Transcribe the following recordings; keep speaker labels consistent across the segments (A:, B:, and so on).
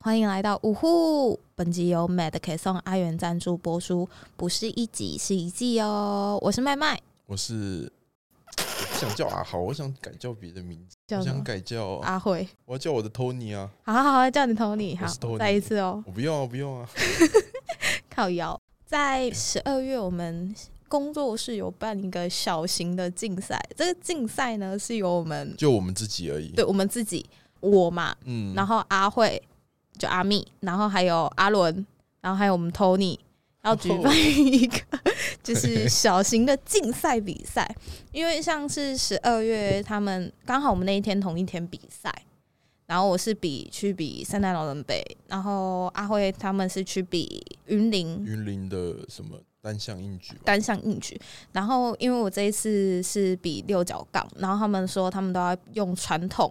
A: 欢迎来到五户。本集由 Mad K 送阿元赞助播出，不是一集是一季哦。我是麦麦，
B: 我是我不想叫阿豪，我想改叫别的名字，
A: 叫
B: 我
A: 什
B: 想
A: 么？啊
B: 改叫，
A: 阿慧。
B: 我要叫我的 Tony 啊！
A: 好好好，叫你 Tony，
B: 我是
A: 好，
B: Tony
A: 再一次哦，
B: 我不要啊，不要啊！
A: 靠腰。在十二月，我们工作室有办一个小型的竞赛，这个竞赛呢是由我们
B: 就我们自己而已。
A: 对我们自己我嘛，
B: 嗯，
A: 然后阿慧就阿密，然后还有阿伦，然后还有我们 Tony，要举办一个就是小型的竞赛比赛，因为像是十二月他们刚好我们那一天同一天比赛，然后我是比去比圣诞老人杯，然后阿慧他们是去比云林
B: 云林的什么单项硬举吧，
A: 单项硬举，然后因为我这一次是比六角杠，然后他们说他们都要用传统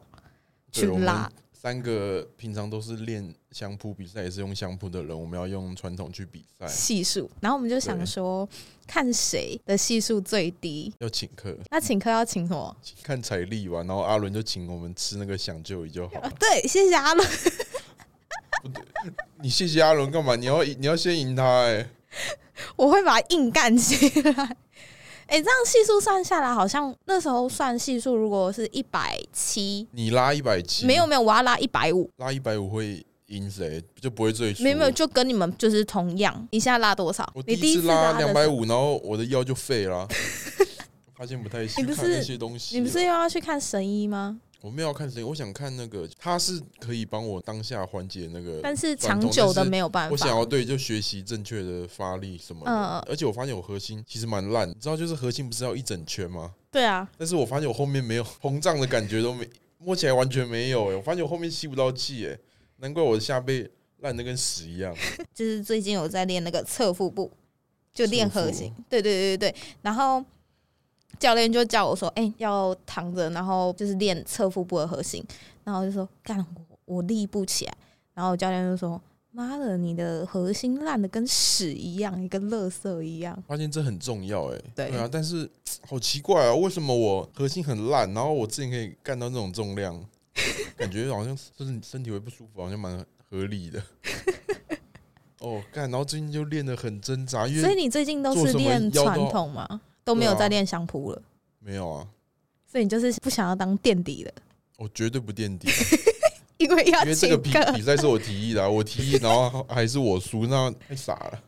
B: 对
A: 去
B: 我们
A: 拉，
B: 三个平常都是练相扑比赛，也是用相扑的人，我们要用传统去比赛，
A: 系数，然后我们就想
B: 哎对
A: 说，看谁的系数最低。
B: 要请客，
A: 那请客要请什么？
B: 请看财力吧。然后阿伦就请我们吃那个想就椅就好 了。
A: 啊对，谢谢阿乐。
B: 你谢谢阿伦干嘛？你要你要先赢他哎、
A: 我会把它硬干起来。 哎、这样系数算下来，好像那时候算系数，如果是一百七，
B: 你拉一百七，
A: 没有没有，我要拉一百五，
B: 拉一百五会赢谁？就不会最输。啊
A: 没有没有，就跟你们就是同样，你现在拉多少
B: 我？
A: 你
B: 第
A: 第
B: 一
A: 一
B: 次
A: 次
B: 拉
A: 的
B: 两百，五，然后我的腰就废了 啊，发现不太行。
A: 你不是
B: 看那些东西？
A: 你不是又要去看神医吗？
B: 我没有看谁，我想看那个，他是可以帮我当下缓解那个，
A: 但是
B: 传
A: 长
B: 统
A: 久
B: 但
A: 的
B: 是
A: 没有办
B: 我想
A: 法。
B: 要对就学习正确的发力什么的。
A: 嗯
B: 而且我发现我核心其实蛮烂，你知道，就是核心不是要一整圈吗？
A: 对啊，
B: 但是我发现我后面没有膨胀的感觉都没，摸起来完全没有、欸。我发现我后面吸不到气，哎，难怪我的下背烂的跟屎一样。
A: 就是最近有在练那个侧腹部，就练核心
B: 侧。
A: 对对对对对。然后教练就叫我说：“哎、要躺着，然后就是练侧腹部的核心。”然后我就说：“干，我我立不起来。”然后教练就说：“妈的，你的核心烂的跟屎一样，一跟垃圾一样。
B: 发现这很重要哎、
A: 对
B: 啊，但是好奇怪啊，为什么我核心很烂，然后我之前可以干到这种重量， 感觉好像就是身体会不舒服，好像蛮合 理的。哦，干，然后最近就练得很挣扎，”因
A: 所以
B: 为
A: 你最近都
B: 做
A: 是
B: 什么
A: 练
B: 腰都
A: 传统吗？都没有
B: 对啊
A: 在练相扑了，
B: 没有啊，
A: 所以你就是不想要当垫底的，
B: 我绝对不垫底，啊
A: 因为 要
B: 因为这
A: 请
B: 个比
A: 客。
B: 比赛是我提议的、啊，我提议，然后还是我输，那 太傻了。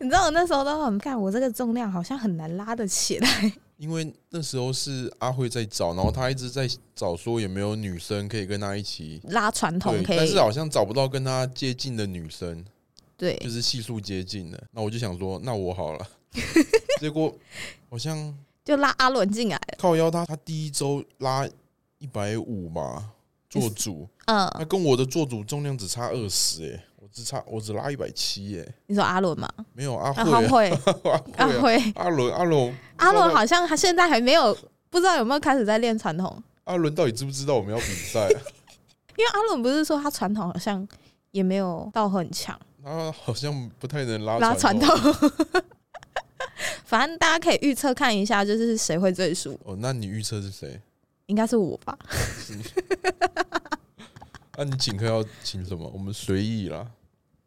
A: 你知道我那时候都很看我这个重量好像很难拉得起来。
B: 因为那时候是阿慧在找，然后她一直在找说有没有女生可以跟她一起，
A: 拉传统
B: 对，
A: 可
B: 但
A: 以
B: 是，好啊像找不到跟她接近的女生。
A: 对，
B: 就是系数接近的。那我就想说，那我好了。结果好像
A: 就拉阿伦进来了。
B: 靠腰他，他第一周拉一百五嘛，做主，那
A: 嗯，
B: 跟我的做主重量只差二十哎，我只差我只拉一百七哎，
A: 你说阿伦吗？
B: 没有阿慧
A: 阿浩
B: 啊、
A: 会，阿
B: 阿慧啊、啊
A: 会，
B: 阿伦阿伦
A: 阿伦好像他现在还没有，不知道有没有开始在练传统，
B: 阿伦到底知不知道我们要比赛、啊？
A: 因为阿伦不是说他传统好像也没有到很强，
B: 他好像不太能拉
A: 拉传
B: 传啊
A: 统。 反正大家可以预测看一下，就是谁会最输，
B: 哦，那你预测是谁？
A: 应该是我吧？
B: 是你那、你请客要请什么？我们随意啦，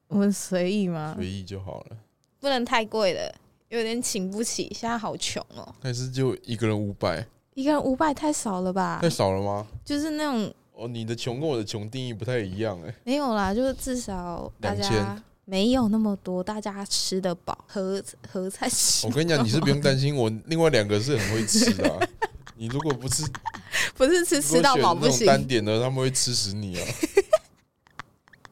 A: 我们随意吗
B: 随？意就好了。
A: 不能太贵了，有点请不起，现在好穷哦、
B: 但是就一个人五百，
A: 一个人五百太少了吧
B: 太？少了吗？
A: 就是那种
B: 哦，你的穷跟我的穷定义不太一样哎、
A: 没有啦，就是至少大家
B: 2000
A: 没有那么多，大家吃得饱，合合菜吃
B: 我。跟你讲，你是不用担心，我另外两个是很会吃的、啊。你如果不吃，
A: 不是吃吃到饱
B: 如
A: 不
B: 果选
A: 行
B: 那种。单点的他们会吃死你啊！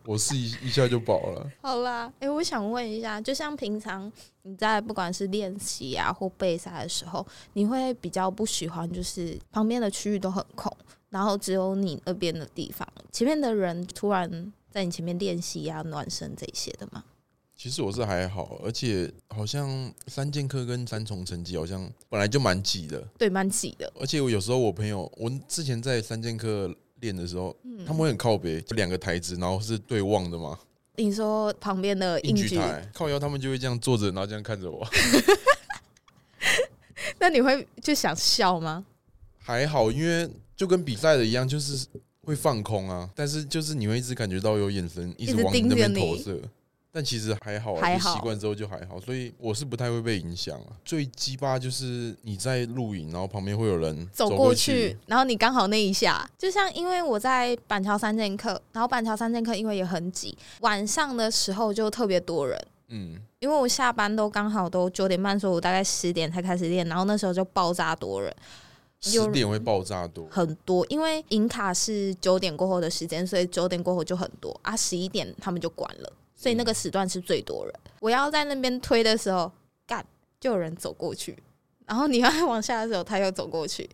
B: 我是一一下就饱了。
A: 好啦，哎、我想问一下，就像平常你在不管是练习啊或备赛的时候，你会比较不喜欢就是旁边的区域都很空，然后只有你那边的地方，前面的人突然在你前面练习啊、暖身这些的吗？
B: 其实我是还好，而且好像三剑客跟三重成绩好像本来就蛮挤的，
A: 对，蛮挤的。
B: 而且我有时候我朋友，我之前在三剑客练的时候，
A: 嗯
B: 他们会很靠北，就两个台子，然后是对望的嘛，
A: 你说旁边的
B: 硬
A: 硬
B: 举
A: 举，
B: 台靠腰，他们就会这样坐着，然后这样看着我。
A: 那你会就想笑吗？
B: 还好，因为就跟比赛的一样，就是会放空啊，但是就是你会一直感觉到有眼神一直往你
A: 盯
B: 那
A: 着
B: 边
A: 你
B: 投射，但其实还好啊，
A: 还
B: 就习
A: 好
B: 惯之后就还好，所以我是不太会被影响啊。最鸡巴就是你在录影，然后旁边会有人
A: 走
B: 过
A: 过去，，然后你刚好那一下，就像因为我在板桥三剑客，然后板桥三剑客因为也很挤，晚上的时候就特别多人。
B: 嗯，
A: 因为我下班都刚好都九点半，所以我大概十点才开始练，然后那时候就爆炸多人，有
B: 十点会爆炸多，
A: 很多。因为银卡是九点过后的时间，所以九点过后就很多啊，十一点他们就关了，所以那个时段是最多人。我要在那边推的时候，干就有人走过去，然后你要往下的时候他又走过去，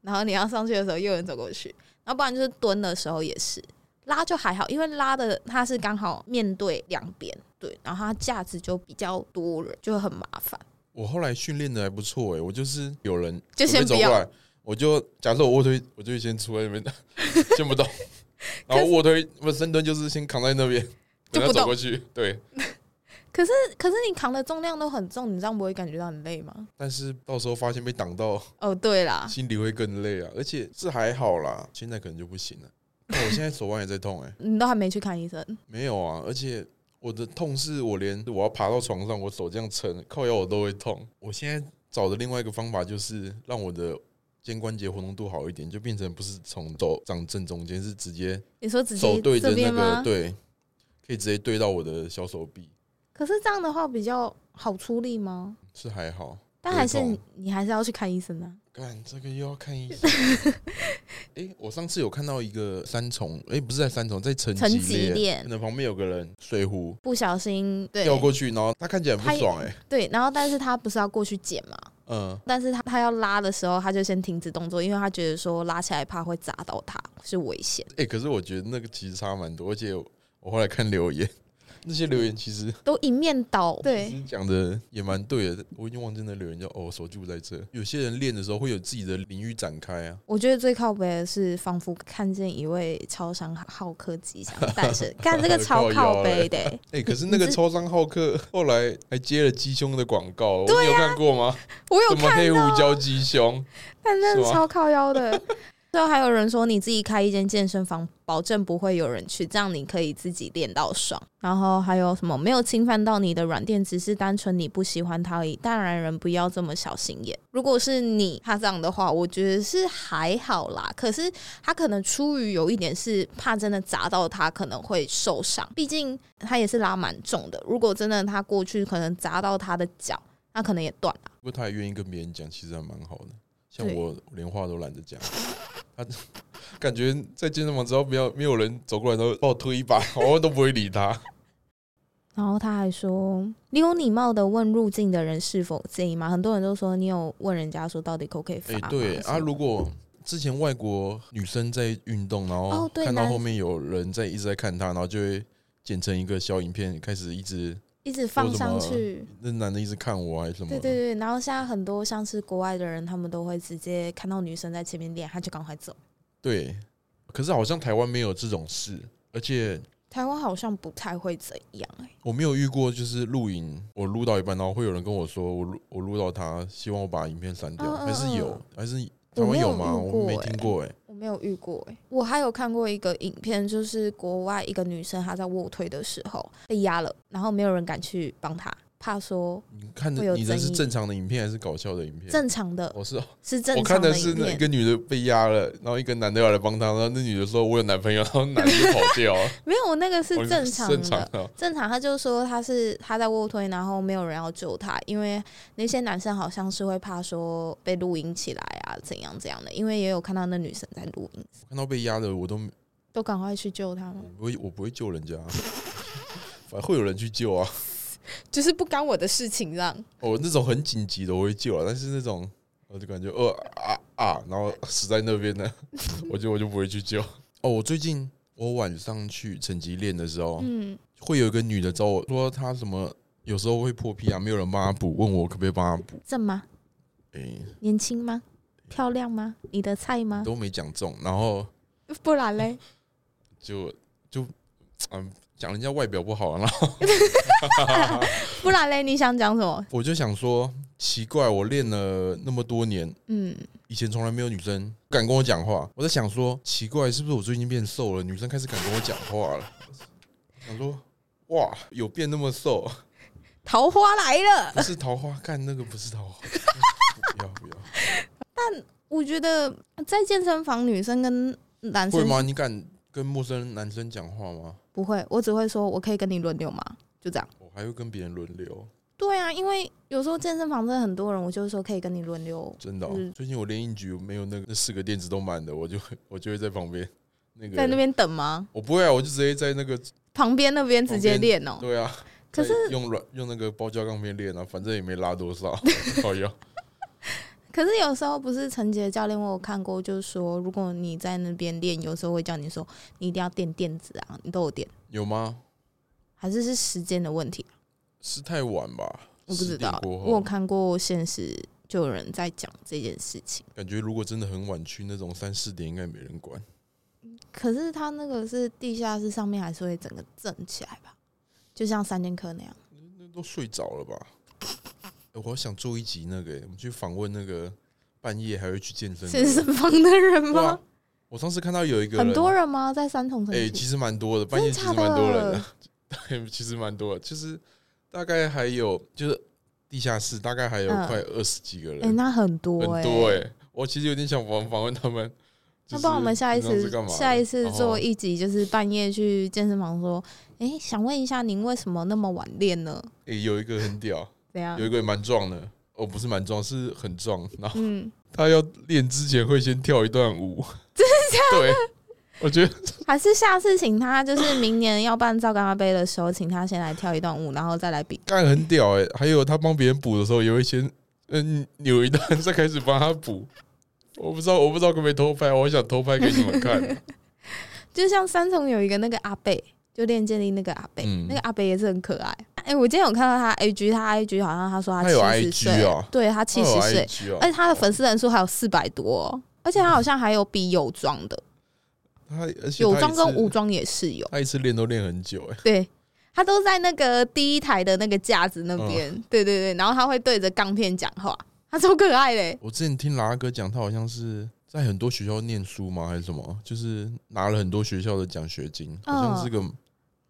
A: 然后你要上去的时候又有人走过去，然后不然就是蹲的时候也是。拉就还好，因为拉的它是刚好面对两边，对，然后它架子就比较多人，就很麻烦。
B: 我后来训练的还不错哎、我就是有人
A: 就先
B: 准备走
A: 不要
B: 过来，我就假设我卧推，我就先出在那边， 先不动，然后卧推不是深蹲就是先扛在那边，
A: 就
B: 等他
A: 不动
B: 走过去，对。
A: 可是你扛的重量都很重，你这样不会感觉到很累吗？
B: 但是到时候发现被挡到，
A: 哦，对啦，
B: 心里会更累啊，而且是还好啦，现在可能就不行了。但我现在手腕也在痛哎、
A: 你都还没去看医生，
B: 没有啊，而且我的痛是我连我要爬到床上，我手这样撑靠腰我都会痛。我现在找的另外一个方法就是让我的肩关节活动度好一点，就变成不是从手掌正中间，是直接
A: 你说直
B: 手
A: 接
B: 对
A: 这
B: 着那
A: 边
B: 个
A: 吗？
B: 对，可以直接对到我的小手臂，
A: 可是这样的话比较好出力吗？
B: 是还好。
A: 但还是
B: 不会
A: 你
B: 痛
A: 你还是要去看医生啊。
B: 干这个又要看医 生。哎、我上次有看到一个三重，哎、不是在三重，在城
A: 城
B: 吉
A: 吉
B: 列
A: 列，
B: 那旁边有个人水壶
A: 不小心对
B: 掉过去，然后他看起来很
A: 他
B: 不
A: 也
B: 爽、哎，
A: 对，然后但是他不是要过去捡嘛，
B: 嗯，
A: 但是他他要拉的时候，他就先停止动作，因为他觉得说拉起来怕会砸到他，是危险。
B: 哎、可是我觉得那个其实差蛮多，而且我后来看留言，那些留言其实
A: 都一面倒，
B: 其
A: 对，
B: 实讲的也蛮对的。我已经忘记那留言叫哦，手就不在这。有些人练的时候会有自己的领域展开啊，
A: 我觉得最靠北的是，仿佛看见一位超商好客吉祥诞 生，干这个超靠北的欸、
B: 哎、可是那个
A: 你是
B: 超商浩克后来还接了鸡胸的广告，你有看过吗？
A: 我啊有
B: 什么
A: 看
B: 黑胡
A: 到啊，
B: 椒鸡胸？
A: 但那
B: 是
A: 是
B: 吗
A: 超靠腰的。 最后还有人说，你自己开一间健身房，保证不会有人去，这样你可以自己练到爽。然后还有什么没有侵犯到你的软垫，只是单纯你不喜欢它而已。当然，人不要这么小心眼。如果是你他这样的话，我觉得是还好啦。可是他可能出于有一点是怕真的砸到他，可能会受伤。毕竟他也是拉蛮重的，如果真的他过去可能砸到他的脚，那可能也断了。
B: 不过他也愿意跟别人讲，其实还蛮好的。像
A: 对
B: 我连话都懒得讲， 他感觉在健身房只要不要没有人走过来，都把我推一把， 我都不会 理他。
A: 然后他还说，你有礼貌的问入境的人是否建议吗？很多人都说你有问人家说到底可不可以罚
B: 哎、
A: 吗、
B: 对
A: 什么
B: 啊，如果之前外国女生在运动，然后
A: 哦对
B: 看到
A: 男
B: 后面有人在一直在看她，然后就会剪成一个小影片，开始一直
A: 一直放上去，
B: 那男的一直看我还是什么
A: 对
B: 的？
A: 对对。然后现在很多像是国外的人，他们都会直接看到女生在前面练，他就赶快走。
B: 对可是好像台湾没有这种事，而且
A: 台湾好像不太会怎样哎、
B: 我没有遇过，就是录影，我录到一半，然后会有人跟我说，我录我录到他，希望我把影片删掉，
A: 嗯嗯
B: 还是有
A: 嗯，
B: 还是台
A: 我
B: 湾
A: 没有
B: 吗？
A: 遇
B: 我没
A: 过
B: 听
A: 欸
B: 过哎、
A: 我没有遇过、欸，我还有看过一个影片，就是国外一个女生她在卧推的时候被压了，然后没有人敢去帮她，怕说
B: 你看的
A: 会有
B: 哎你的是
A: 争议
B: 正常的影片还是搞笑的影片？
A: 正常的
B: 我是
A: 是正
B: 我看
A: 常
B: 的是
A: 影
B: 那
A: 片
B: 一，个女的被压了，然后一个男的要来帮她，然后那女的说我有男朋友，然后男的就跑 掉了，
A: 没有那个是
B: 我
A: 正常
B: 正
A: 的，
B: 常啊的。
A: 正常，他就说他是他在卧推，然后没有人要救他，因为那些男生好像是会怕说被录音起来啊，怎样怎样的，因为也有看到那女生在录音，
B: 我看到被压的我都没
A: 都赶快去救他嘛
B: 我，不会我不会救人家，啊 反正会有人去救啊。
A: 就是不干我的事情这样。
B: 我哦那种很紧急的我会救啊，但是那种我就感觉呃啊啊，然后死在那边 的，我就我就不会去救。哦，我最近我晚上去成绩练的时候，
A: 嗯，
B: 会有一个女的找我说她什么有时候会破皮啊，没有人帮她补，问我可不可以帮 她补。
A: 正吗？
B: 诶、
A: 年轻吗？漂亮吗？你的菜吗？
B: 哎都没讲中，然后
A: 不然嘞，
B: 就就嗯讲啊人家外表不好，然后
A: 不然嘞，你想讲什么？
B: 我就想说，奇怪，我练了那么多年，
A: 嗯，
B: 以前从来没有女生敢跟我讲话。我在想说，奇怪，是不是我最近变瘦了？女生开始敢跟我讲话了。想说，哇，有变那么瘦？
A: 桃花来了。
B: 不是桃花，干那个不是桃花。不要 不要，
A: 我觉得在健身房，女生跟男
B: 会
A: 生
B: 吗？你敢跟陌生男生讲话吗？
A: 不会，我只会说我可以跟你轮流吗？就这样。
B: 我还会跟别人轮流，
A: 对啊，因为有时候健身房真的很多人，我就会说可以跟你轮流。
B: 真的哦、
A: 嗯
B: 最近我练一局没有那个那四个垫子都满的，我就会我就会在旁边那个
A: 在那边等吗？
B: 我不会啊，我就直接在那个
A: 旁边那边直接练哦、
B: 对啊，
A: 可是
B: 在用软用那个包胶钢片练啊，反正也没拉 多少，好呀，
A: 可是有时候不是陈杰教练，我有看过，就是说如果你在那边练，有时候会叫你说你一定要垫垫子啊，你都有垫，
B: 有吗？
A: 还是是时间的问题？啊
B: 是太晚吧？
A: 我不知道
B: 10点，过后
A: 我有看过现实就有人在讲这件事情。
B: 感觉如果真的很晚去那种三四点，应该没人管。
A: 可是他那个是地下室，上面还是会整个震起来吧，就像三剑客那样。
B: 那都睡着 了吧？欸我好想做一集那个欸、我们去访问那个半夜还会去健身的
A: 健
B: 人。
A: 身房的人
B: 对啊
A: 吗？
B: 我上次看到有一个
A: 很多
B: 人，
A: 人吗？在三重城
B: 哎、
A: 区？
B: 其实蛮多的，半
A: 真
B: 夜
A: 的
B: 其
A: 假
B: 实蛮多人
A: 的
B: 的？， 对，其实蛮多的，就是大概还有就是地下室，大概还有
A: 嗯
B: 快二十几个人，
A: 哎、那很多哎、
B: 很多哎、我其实有点想访访问他们。
A: 那不然我们下一
B: 就是平常
A: 次
B: 是干嘛的哦
A: 下一次
B: 然后
A: 做一集，就是半夜去健身房说，哎、想问一下您为什么那么晚练呢？
B: 哎、有一个很屌，
A: 怎样
B: 有？一个也蛮壮的，哦，不是蛮壮，是很壮。然后
A: 嗯，
B: 他要练之前会先跳一段舞，真的假的？对，我觉得
A: 还是下次请他，就是明年要办赵干妈杯的时候，请他先来跳一段舞，然后再来比。
B: 干很屌哎、还有他帮别人补的时候，也会先嗯扭一段，再开始帮他补。我不知道，我不知道可不可以偷拍，我想偷拍给你们看。
A: 就像三重有一个那个阿贝，就练健力那个阿贝，
B: 嗯
A: 那个阿贝也是很可爱。哎、我今天有看到他 IG，他 IG 好像他说
B: 他有
A: 七十
B: IG
A: 岁，
B: 哦
A: 对他 七十岁，
B: 岁
A: 而且他的粉丝人数还有四百多哦、而且他好像还有比泳装的，
B: 他而且
A: 泳
B: 他一
A: 装跟
B: 次
A: 无装也是有。
B: 他一次练都练很久哎、
A: 对，他都在那个第一台的那个架子
B: 嗯
A: 那边，对对对，然后他会对着钢片讲话，他超可爱嘞、
B: 我之前听拉哥讲，他好像是在很多学校念书吗，还是什么？就是拿了很多学校的奖学金，
A: 嗯
B: 好像是个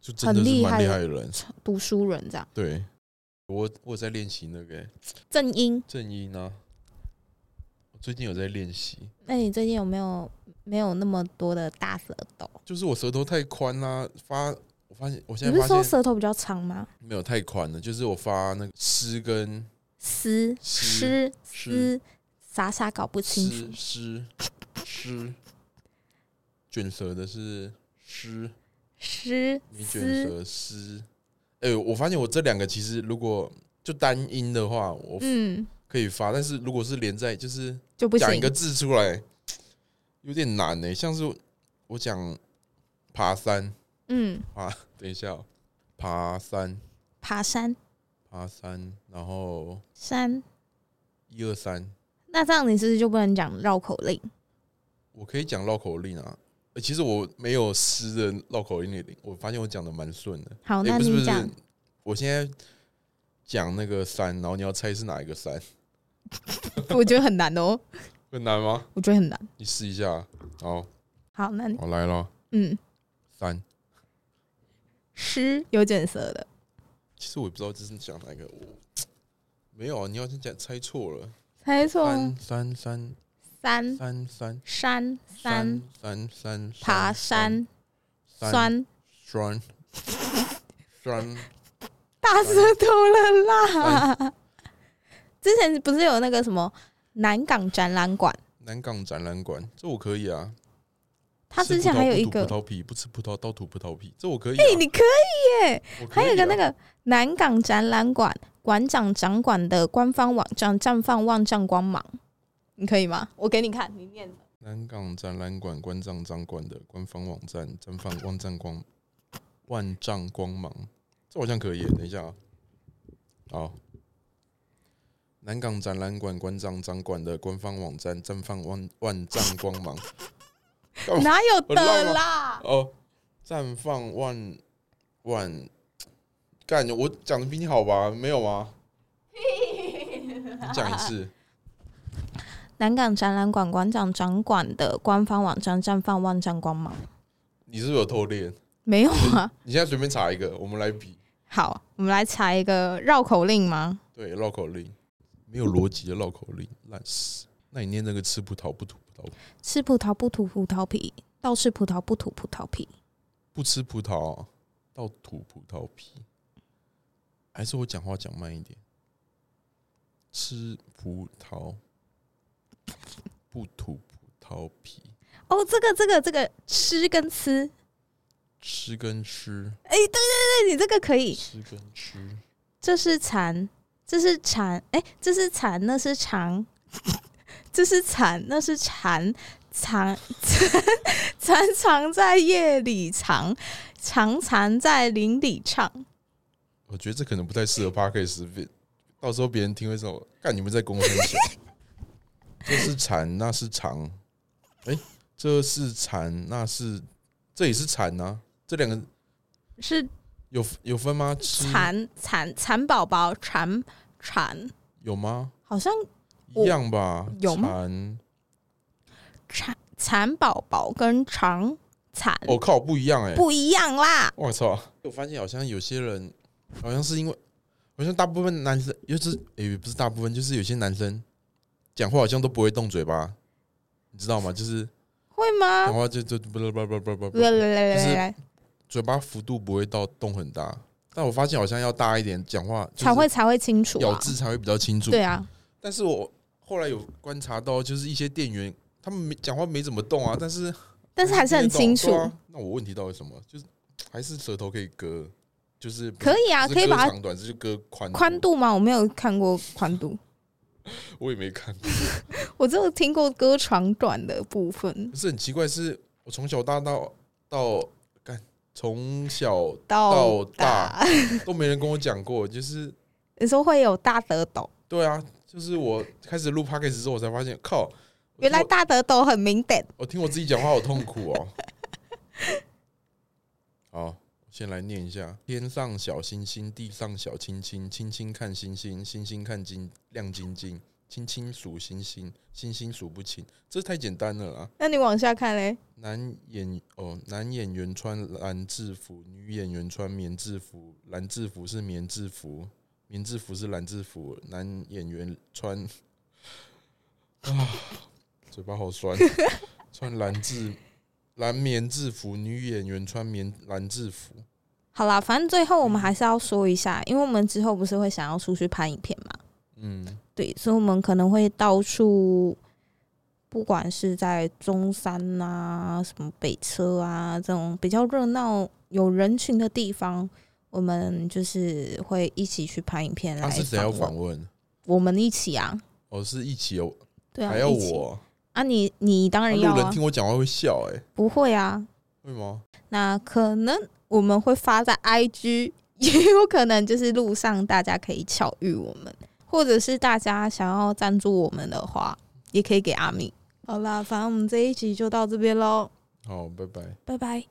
B: 就真的
A: 很
B: 是
A: 厉害
B: 蛮厉害的人。
A: 读书人这样，
B: 对，我我有在练习那个欸
A: 正英，
B: 正音呢、我最近有在练习，
A: 那你最近有没有没有那么多的大舌头？
B: 就是我舌头太宽啦、发我发现我
A: 你
B: 现
A: 不
B: 在
A: 是说
B: 发现
A: 舌头比较长吗？
B: 没有太宽了，就是我发那个诗跟
A: 丝
B: 丝
A: 诗
B: 诗
A: 丝，傻傻搞不清楚
B: 诗。诗诗卷舌的是诗。
A: 诗
B: 你卷
A: 丝，
B: 舌诗，哎、我发现我这两个其实如果就单音的话，我
A: 嗯，
B: 可以发，但是如果是连在，就是
A: 就不
B: 讲一
A: 行
B: 个。字出来，有点难呢、像是我讲爬山，
A: 嗯，
B: 等一下哦、爬山，
A: 爬山
B: 爬山，然后
A: 山，
B: 一二三，
A: 那这样你是不是就不能讲绕口令？
B: 我可以讲绕口令啊。欸其实我没有诗的绕口令，我发现我讲的蛮顺的。
A: 好，
B: 欸
A: 哦那
B: 不是不
A: 你
B: 是
A: 讲，
B: 我现在讲那个山，然后你要猜是哪一个山，
A: 我觉得很难哦，
B: 很难吗？
A: 我觉得很难。
B: 你试一下。好，
A: 好，那你
B: 我来了，
A: 嗯，
B: 三。
A: 诗有卷舌的，
B: 其实我也不知道这是讲哪一个，我没有啊。你要是讲猜错了，
A: 猜错
B: 三三三
A: 三
B: 三三
A: 山
B: 三
A: 三
B: 三三，
A: 爬山
B: 三
A: 酸
B: 酸酸
A: 大舌头了啦。 之前不是有那个什么南港展览馆，
B: 南港展览馆，这我可以啊。
A: 他
B: 吃
A: 之前
B: 葡萄
A: 还有
B: 不
A: 一
B: 吐
A: 个
B: 葡，萄皮，不吃葡萄倒吐葡萄皮，这我可以、啊。
A: 哎，你可以耶，
B: 我可以啊
A: 还有一个那个南港展览馆馆长掌管的官方网站绽放万丈光芒，你可以吗？我给你看，你念的。
B: 南港展览馆官丈掌管的官方网站绽放万丈光万丈光芒，这好像可以耶。等一下啊，好。南港展览馆馆长掌管的官方网站绽放万万丈光芒。哦
A: 哪有
B: 我浪
A: 的
B: 漫
A: 啦？
B: 哦，绽放万万，干，我讲的比你好吧？没有吗？你讲一次，
A: 南港展览馆馆长掌管的官方网站绽放万丈光芒。
B: 你是不是有偷练？
A: 没有啊，
B: 你现在随便查一个，我们来比。
A: 好，我们来查一个绕口令吗？
B: 对，绕口令，没有逻辑的绕口令，烂死。那你念那个吃葡萄不吐葡萄，
A: 吃葡萄不吐葡萄皮，倒吃葡萄不吐葡萄皮。
B: 不吃葡萄倒吐葡萄皮，还是我讲话讲慢一点？吃葡萄不吐葡萄皮，
A: 哦，这个这个这个吃跟吃，
B: 吃跟吃，
A: 哎、对对对，你这个可以，
B: 吃跟吃，
A: 这是蝉，这是蝉，哎、这是蝉，那是长， 这是蝉，那是蝉， 藏蝉蝉藏在夜里藏，长蝉在林里唱。
B: 我觉得这可能不太适合 p a r k e s 到时候别人听会说：“干你们在公山 小。”这是蝉，那是长，哎、这是蝉，那是这也是蝉呐、这两个
A: 是
B: 有有分吗？吃
A: 蚕蚕蚕宝宝蚕蚕，
B: 有吗？
A: 好像
B: 一样吧？
A: 有吗
B: 蝉？
A: 蚕蚕宝宝跟长蚕
B: 我、靠，不一样哎、
A: 不一样啦。
B: 我操！我发现好像有些人，好像是因为，好像大部分男生，就是也、不是大部分，就是有些男生讲话好像都不会动嘴巴，你知道吗？就是
A: 会吗
B: 讲？话就就不不不不不不，
A: 来来来
B: 就是
A: 来来，
B: 嘴巴幅度不会到动很大，但我发现好像要大一点，讲话就是
A: 才会才会清楚
B: 咬
A: 啊。
B: 字才会比较清楚。
A: 对啊，
B: 但是我后来有观察到，就是一些店员他们没讲话没怎么动啊，但是
A: 但是还是很清楚
B: 对。啊那我问题到底什么？就是还是舌头可以割，就是
A: 可以啊，
B: 不是
A: 可以
B: 割
A: 把它
B: 长短，是割宽
A: 宽。度吗？我没有看过宽度，
B: 我也没看过，
A: 我只有听过割长短的部分。
B: 可是很奇怪，是我从小大到到干，从小
A: 到
B: 到大都没人跟我讲过，就是
A: 有时候会有大得斗，
B: 对啊，就是我开始录 podcast 之后，我才发现靠，我
A: 原来
B: 听
A: 大得斗很明显。
B: 我我听我自己讲话好痛苦哦。 好，先来念一下：天上小星星，地上小青青，青青看星星，星星看金亮晶晶，青青数星星，星星数不清。这太简单了啦。
A: 那你往下看嘞，
B: 男演哦，男演员穿蓝制服，女演员穿棉制服，蓝制服是棉制服，棉制服是蓝制服，男演员穿啊，嘴巴 好酸，穿蓝制蓝棉制服，女演员穿棉蓝制服，
A: 好啦，反正最后我
B: 嗯
A: 们还是要说一下，因为我们之后不是会想要出去拍影片嘛，
B: 嗯，
A: 对，所以我们可能会到处，不管是在中山啊、什么北车啊这种比较热闹、有人群的地方，我们就是会一起去拍影片来
B: 他、啊是谁
A: 访
B: 要
A: 问。
B: 访问？
A: 我们一起啊，
B: 哦，是一起哦，
A: 对啊，
B: 还要
A: 一起
B: 我，
A: 啊你，你当
B: 那
A: 然
B: 路
A: 要
B: 人
A: 啊，
B: 听我讲话会笑、哎，
A: 不会啊。
B: 会吗？
A: 那可能我们会发在 IG，也 有可能就是路上大家可以巧遇我们，或者是大家想要赞助我们的话，也可以给阿米。好啦，反正我们这一集就到这边喽，
B: 好，拜拜。
A: 拜拜。